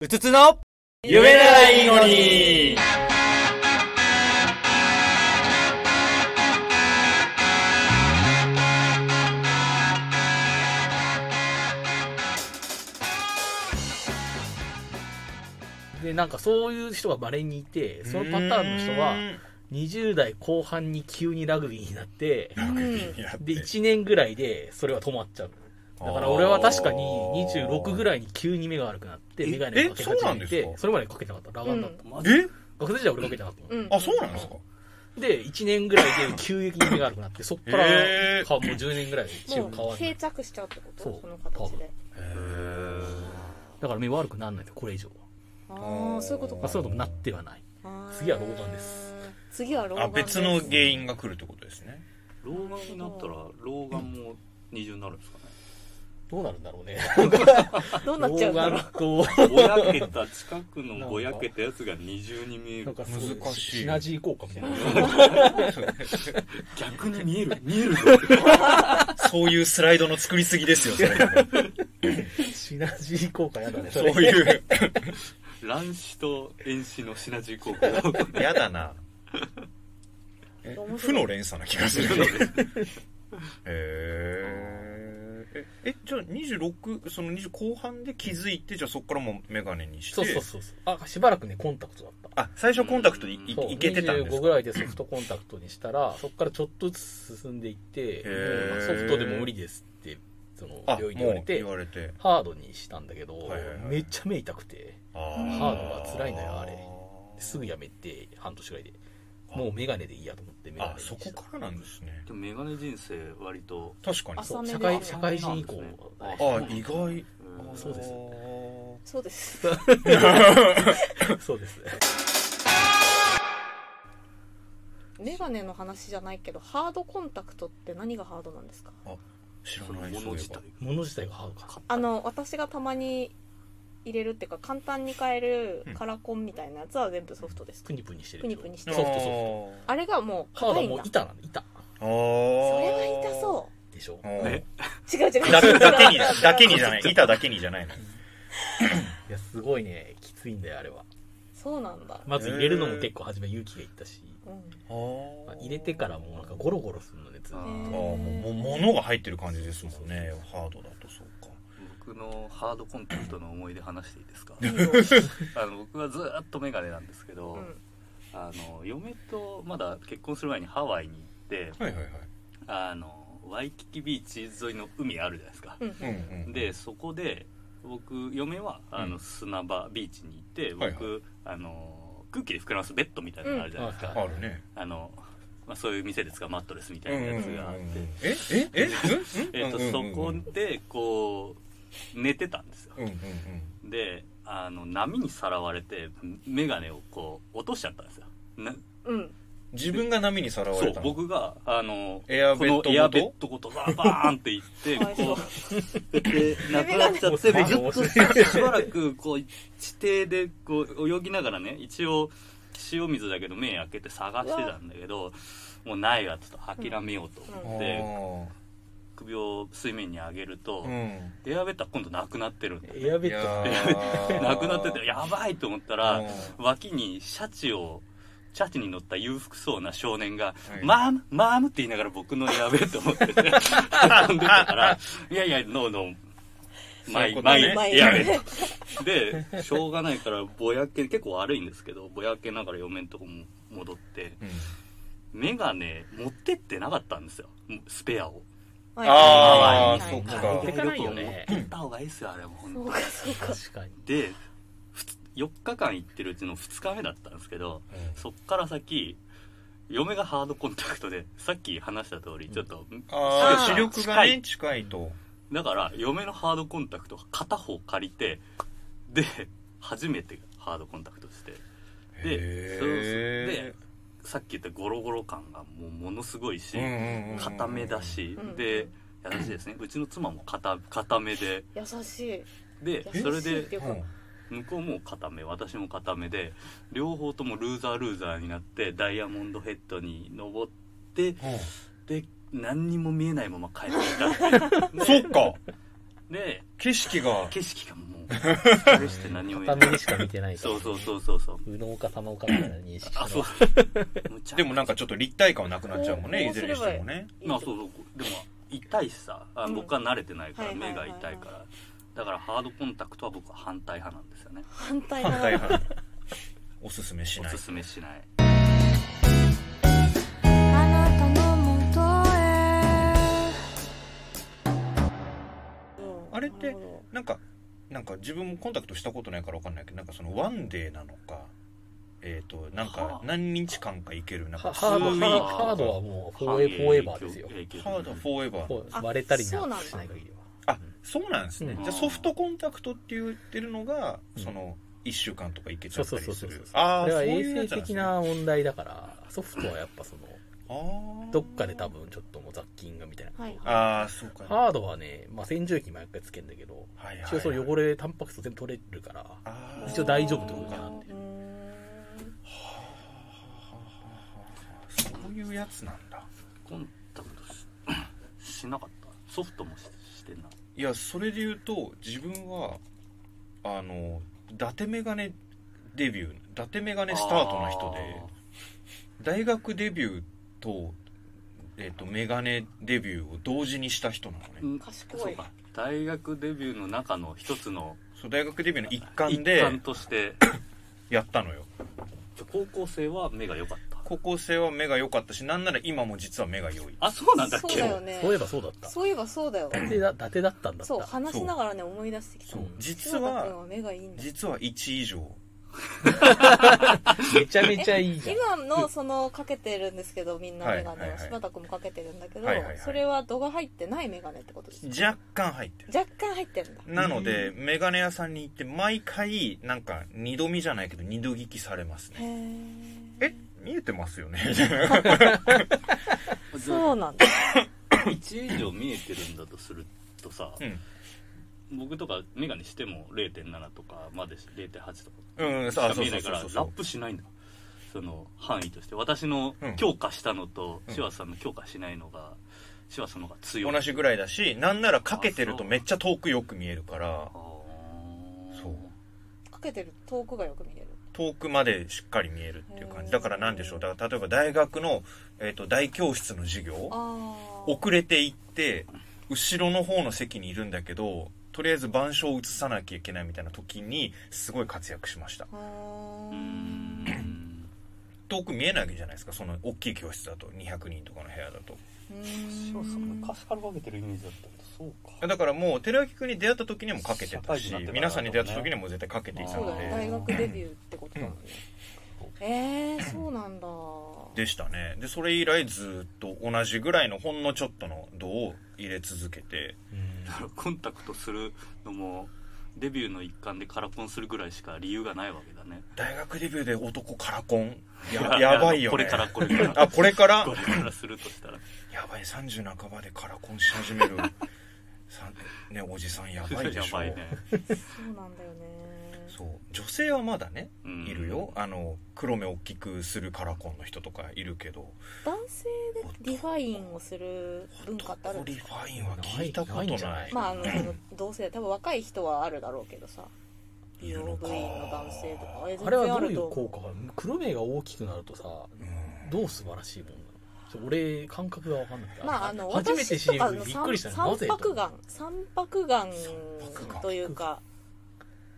うつつの夢ならいいのにでなんかそういう人がまれにいてそのパターンの人は20代後半に急にラグビーになってで1年ぐらいでそれは止まっちゃうだから俺は確かに26ぐらいに急に目が悪くなってえ眼鏡かけえそうな始んでめすてかそれまでかけてなかった裸眼だった、まずえ学生時代俺かけてなかった、うんあそうなんですかで1年ぐらいで急激に目が悪くなってそっからへーかもう10年ぐらい一応変もうわんな定い着しちゃうってことそうその形でだから目悪くならないとこれ以上は、ああそういうことまあ、かそういうこともなってはないあー次は老眼です次は老あ眼です別の原因が来るってことですね老眼になったら老眼も二重になるんですかねどうなるんだろうね どうなっ老ちゃうんだろう眼とぼやけた近くのぼやけたやつが二重に見なんえるかそう難しいシナジー効果みたいな逆に見える見える そういうスライドの作りすぎですよそれシナジー効果やだね。そういう乱視と遠視のシナジー効果が やだな面白い負の連鎖な気がするねへーええじゃあ26その20後半で気づいてじゃあそこからもうメガネにしてそうそうそうそう。あ、しばらくね、コンタクトだった。あ最初コンタクトいいそういけてたんです25かぐらいでソフトコンタクトにしたら、そこからちょっとずつ進んでいって、ーもうソフトでも無理ですって、その、あ病もう院に言われて言、われてハードにしたんだけど、はいはいはいめっちゃ目痛くて、ハハードが辛いのよあれすぐやめて、半年ぐらいで。もうメガネでいいやと思って、メガネあにしそたこからなんですねでもメガネ人生割と確かにそう浅め社で会、社会人以降。ああ意外うんそうですそうです そうです。メガネの話じゃないけどハードコンタクトって何がハードなんですか知らそのないもの自体物自体がハードか。あの私がたまに入れるっていうか簡単に買えるカラコンみたいなやつは全部ソフトですプニプニしてる。プニプニしてソるフトソフト。あれがもうハード硬はいんもうだ板なの、板。ああそそれは痛そうでしょうねねう違う違うだ違うだ けにだけにじゃない板だけにじゃないのいや、すごいね、きついんだよ、あれは。そうなんだ、まず入れるのも結構初め勇気がいったし、うんまあ入れてからもうなんかゴロゴロするのね、ずっとあ。あーーもうもう物が入ってる感じですもんねハードだとそうか僕のハードコンタクトの思い出話していいですかいいよ あの僕はずーっとメガネなんですけど、うんあの嫁とまだ結婚する前にハワイに行ってはいはいはいあのワイキキビーチ沿いの海あるじゃないですかう、んうんうんでそこで僕嫁はあの砂場ビーチに行ってはいはい僕、あの空気で膨らますベッドみたいなのあるじゃないですか、あるねあのまあ、そういう店で使うマットレスみたいなやつがあって、えええええっとうんそうんうこんでこう寝てたんですようんうんであの波にさらわれて眼鏡をこう落としちゃったんですよなうん自分が波にさらわそれうたの僕があのエアベッドごとこのエアベッドごとバーンっていってかわいそうこ うでなくなっちゃってでずっとしばらくこう地底でこう泳ぎながらね一応塩水だけど目開けて探してたんだけどもうないわちょっと諦めようと思って、首を水面に上げるとあ、ーうんエアベッドは今度なくなってるんだよエアベッドだねー なくなっててやばいと思ったら、う脇にシャチをシャチに乗った裕福そうな少年がは「いマームマーム」って言いながら僕のエアベッド持ってて 飛んでたから「いやいやノーノー」そうマいうイことマイね前 エアベッドでしょうがないからぼやけ結構悪いんですけどぼやけながら嫁のとこも戻ってうん眼鏡持ってってなかったんですよスペアをはいあーはいそっかはい持ってかないよ持ねってった方がいいですよあれも本当そうかそうか確かに。でふつ4日間行ってるうちの2日目だったんですけどそっから先嫁がハードコンタクトでさっき話した通りちょっと、あーあー視力がね近いとだから嫁のハードコンタクト片方借りてで初めてハードコンタクトしてでそうへでさっき言ったゴロゴロ感がもうものすごいしーうんうんうん固めだしうんで優しいですねうちの妻も固固めで優しいで優それしいってでいうか向こうも固め私も固めで両方ともルーザールーザーになってダイヤモンドヘッドに登ってで何に も見えないまま帰ってきたっていうそっかで景色が景色がもう疲れして何も言え片ない目でしか見てないからそうそうそうそうそう右脳か左脳かみたいな認識 あそうむちゃでもなんかちょっと立体感はなくなっちゃうもんねこいうずすれにれしばてもねまあそうそうでも痛いしさあうん僕は慣れてないから、はいはい目はいはがい痛いからだからハードコンタクトは僕は反対派なんですよね反対反派対 派おすすめしおないすすめしないあなたのもとうんあれってなるほなんかなんか自分もコンタクトしたことないからわかんないけどなんかそのワンデーなのかえっ、となんはかあ何日間かいけるなんハかハー数ドウィハーークハードはもうフォーエフォーエバーですよ影響ハードフォーエバーこう割れたりなあそうなんくだしない限りはあそうなんですね、うんじゃあソフトコンタクトって言ってるのが、うんその1週間とかいけちゃったりすそうそうそうそうるそうあこあれそうはいうや衛つなん生です的ねな問題だからソフトはやっぱそのあーどっかで多分ちょっともう雑菌がみたいなどはいはいああそうかハードはね、まあ、洗浄液毎回つけんだけどはいはい一応その汚れタンパク質全部取れるからあー一応大丈夫ってことかなうっーんそういうやつなんだコンタクトししなかったソフトもししてないいやそれで言うと自分はあの伊達メガネデビュー伊達メガネスタートの人で大学デビューと,、えっとメガネデビューを同時にした人なのね、うん賢そういか大学デビューの中の一つのそう大学デビューの一環一で環としてやったのよ高校生は目が良かった高校生は目が良かったしなんなら今も実は目が良いあそうなんだっそうけだよねそういえばそうだったそういえばそうだよ伊達だ伊達だったんだったそう話しながらね思い出してきたそう実柴田君はは目がいいんだ実は1以上めちゃめちゃいいじゃん今のそのかけてるんですけどみんな眼はい鏡はをいはい柴田君もかけてるんだけどはいはいはいそれは度が入ってない眼鏡ってことですね若干入ってる若干入ってるんだなのでメガネ屋さんに行って毎回なんか二度見じゃないけど二度聞きされますへねええ見えてますよねそうなんだ1以上見えてるんだとするとさ、 うん僕とか眼鏡しても0.7とかまでし0.8とかうんうんしそうかそう見えそなういからそラうそッうプしないんだその範囲として私のうん強化したのとうんシワさんの強化しないのがシワさんの方が強い同じぐらいだしなんならかけてるとめっちゃ遠くよく見えるからあーそうかけてる遠くがよく見える遠くまでしっかり見えるっていう感へじーだからなんでしょうだから例えば大学の、えっと大教室の授業ああ遅れて行って後ろの方の席にいるんだけどとりあえず板書を写さなきゃいけないみたいな時にすごい活躍しましたうーん遠く見えないわけじゃないですかその大きい教室だと200人とかの部屋だとシワさん昔からかけてるイメージだったけどそうかだからもう寺脇君に出会った時にもかけてたし社会人になってから皆さんに出会った時にはもう絶対かけていたそうのだねで大学デビューってことだもんねえー、そうなんだでしたねでそれ以来ずっと同じぐらいのほんのちょっとの度を入れ続けてうんコンタクトするのもデビューの一環でカラコンするぐらいしか理由がないわけだね大学デビューで男カラコンややばいよねこれからこれからあこれからこれからするとしたらやばい30半ばでカラコンし始めるさねおじさんやばいでしょやばいねそうなんだよねそう女性はまだね うんいるよ、あの黒目大きくするカラコンの人とかいるけど男性でリファインをする文化ってある男んでリすフかァインは聞いたことないないんじゃないまああのその同性多分若い人はあるだろうけどさい美る容のか部員の男性とかえあれは全然どるういうと効果が黒目が大きくなるとさうんどう素晴らしいもんなのちょ俺感覚が分かんないまああの初めて私知とりかまあのしびっくりした三な三ぜ白眼三白眼白眼というか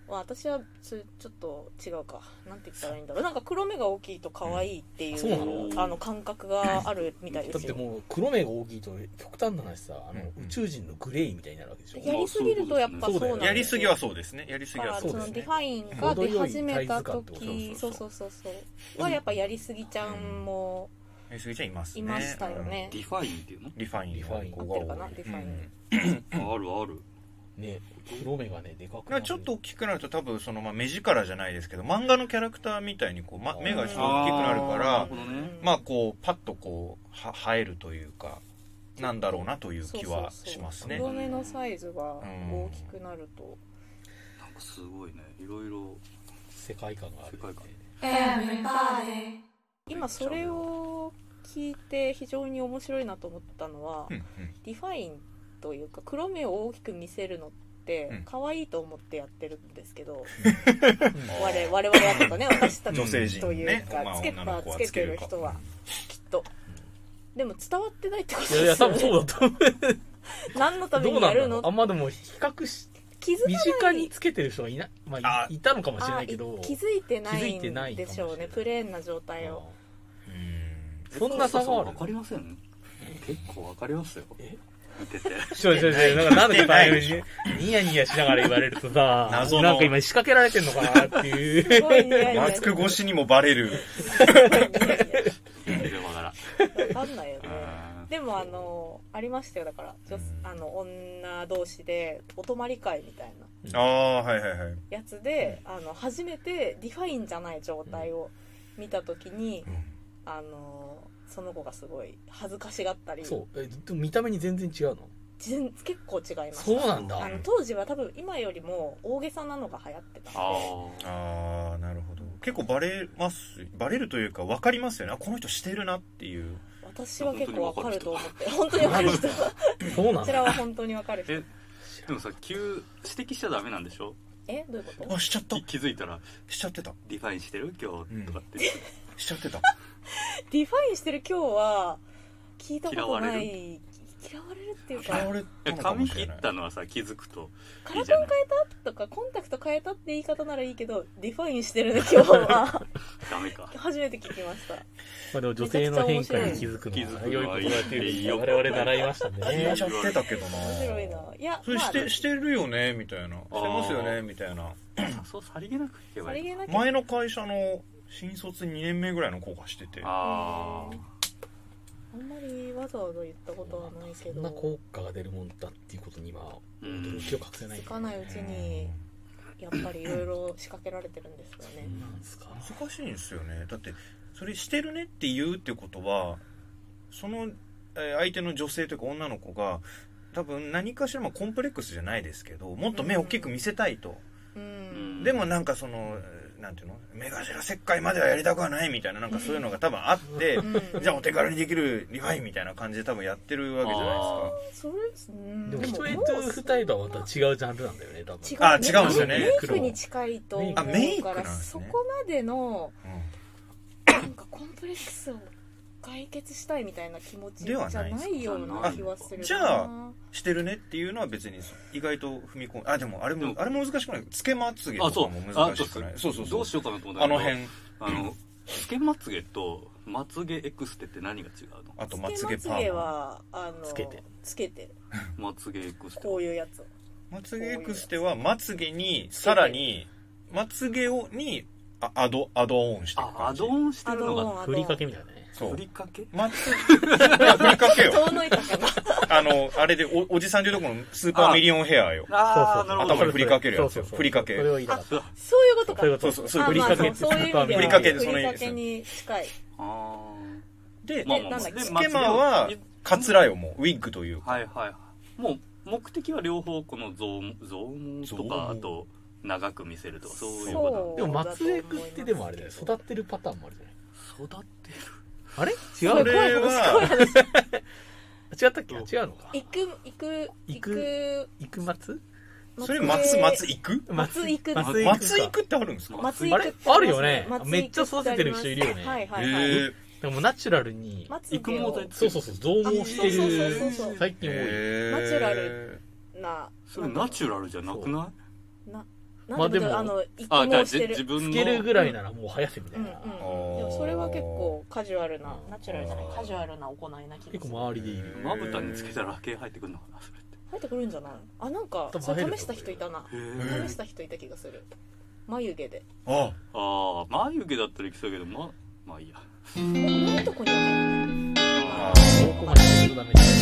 まあ私はそれちょっと違うかなんて言ったらいいんだろうなんか黒目が大きいと可愛いっていそうなう、のあの感覚があるみたいでだっすてよもう黒目が大きいと極端な話さあのうん宇宙人のグレーみたいになるわけでしやょりすぎるとやっぱそうなんですよやりすぎはそうですねやりすぎだかはらそそでうのすデねファインが出始めた程よ時いサイそうズ感ってことそうそうそうはやっぱやりすぎちゃんもやりすぎちゃいますねいましたよねディファインっていうのうんリファインリファインここが多い合ってるかなリファインうんあるあるね黒目がねでかくだかならるちょっと大きくなると多分その、まあ、目力じゃないですけど漫画のキャラクターみたいにこう、ま、目がちょっと大きくなるかあらーなるほどねまあこうパッとこうは生えるというかなんだろうなというそう気そうはそうしますね黒目のサイズが大きくなるとなんかすごいねいろいろ世界観があるよね世界観今それを聞いて非常に面白いなと思ったのは、うんうんリファインというか黒目を大きく見せるのっってうん可愛いと思ってやってるんですけんど、我我々は とかね私た女性ち陣というねか、まあつけ女の子はつけつけてるるか人はきっとでも伝わってないってこといですやいや、多分そうねだと思 何のたう。めどうになやんだるろのう。あんまでも、比較し、気づかない身近につけてる人はいない、まああ、いいたのかもしれなあいけど、気づいてな気づいてないいんかでもししれないょうねプレーンな状態をうんそんな差があるわかりません結構わかりますよえ見ててちょいちょいちょい、なんかなんでかにニヤニヤしながら言われるとさ、謎のなんか今仕掛けられてんのかなっていす う。ごい似合いマスク越しにもバレる全然わからん分かんないよねうんでもあのありましたよだから女あの女同士でお泊まり会みたいなああはいはいはいやつで、あの初めてディファインじゃない状態を見た時に、うんあのその子がすごい恥ずかしがったりそう。えでも見た目に全然違うの全結構違いまそしうなんたあだ。の当時は多分今よりも大げさなのが流行ってたんであああなるほど結構バレますバレるというか分かりますよねあこの人してるなっていう私は結構わかると思って本当にわかる人こそうなんちらだ。は本当にわかる人えでもさ急指摘しちゃダメなんでしょえどういうことあしちゃったき気づいたらしちゃってたディファインしてる今うん日とかって言ってしちゃってたディファインしてる今日は聞いたこと嫌わなれいる嫌われるっていうか嫌われたいのやかも髪し切れないったのはさ気づくとカいいラじゃコなンいとかコンタクト変えたって言い方ならいいけどディファインしてる ね今日はダメか初めて聞きましたまあでも女性の変化に気づくのは良いことだっていうのを我々習いましたんで言ねっ。ちゃってたけどな面白いないやそれして、まあしてるよねみたいなしてますよあねーみたいなそうさりげなく聞けさばりいいげなきゃ前の会社の新卒2年目ぐらいの子がしててあああんまりわざわざ言ったことはないけそんどな効果が出るもんだっていうことにはうん驚きを隠せないつ。かないうちにやっぱりいろいろ仕掛けられてるんですよねなんですか難しいんですよねだってそれしてるねって言うってことはそのえー相手の女性というか女の子が多分何かしらまあコンプレックスじゃないですけどもっと目を大きく見せたいと、うん、うんでもなんかそのえーなんていうの目頭切開まではやりたくはないみたいななんかそういうのが多分あって、うんじゃあお手軽にできるリファインみたいな感じで多分やってるわけじゃないですかそれうんでも、一重もとう二重とはまた違うジャンルなんだよね、多分。違うあ違うんですよねメイ黒クに近いと思うあメイクかなんら、ですねそこまでのうんなんかコンプレックスを解決したいみたいな気持ちじではゃないないような気はするなじゃあしてるねっていうのは別に意外と踏み込むあでもあれでももあれも難しくないつけまつげとあかそもうあ難としくないそうそうそうどうしようかなと思ったあんだのけど辺あのつけまつげとまつげエクステって何が違うのあとつまけつまげつパげーマはあのつけてつけてるまつげエクステこういうやつまつげエクステはまつげにさらにまつげをにあアドアドオンしていくあ感アじドオンしてるのがンふりかけみたいなね。そふうりかけまついやふりかけよ 遠のいたかなあのあれでおおじさんでいうとこのスーパーミリオンヘアよああなるほど頭にふりかけるやつそうそうそうふりかけそれを言いたかっあそういうことた。かそういうことそうそうあふりかけまあそうそういう意味ではふりかけふそのり意味かですけに近いあでーまあまあまなあんだっけでつまけつげまをはカツラよもうウィッグというかはいはいはいもう目的は両方この増増毛と増か毛あと長く見せるとかそういうこでも、松江君ってでもあれだよ。育ってるパターンもあるじゃないと育ってるあれ違そうのれは違ったっけ違うのか。行く行く行行くく行く松それ松松松いく松井くん松井くんか松いくってあるんですか松井あくんれってますあるよね松井くんめっちゃ育ててる人いるよねはいはいはい、へでもナチュラルに、まつ育げ毛を剤そうそうそう、増毛してそうそうそうる。そう最近多い。えナチュラルなそれナチュラルじゃなくないなまあなででももあのあ育だから毛じして自る分つのけるぐらいならもう生やせみたういんうんな。でもそれは結構カジュアルなうんナチュラルじゃないカジュアルな行いな気がする結構周りでいる。まぶたにつけたら毛入ってくるのかなそれって入ってくるんじゃないあなんか多分そ入るれと試した人いたなへえ試した人いた気がする眉毛であああ眉毛だったらいきそうやけどままあいいや女のとこには入ってないあーそこまでちょっとダメだね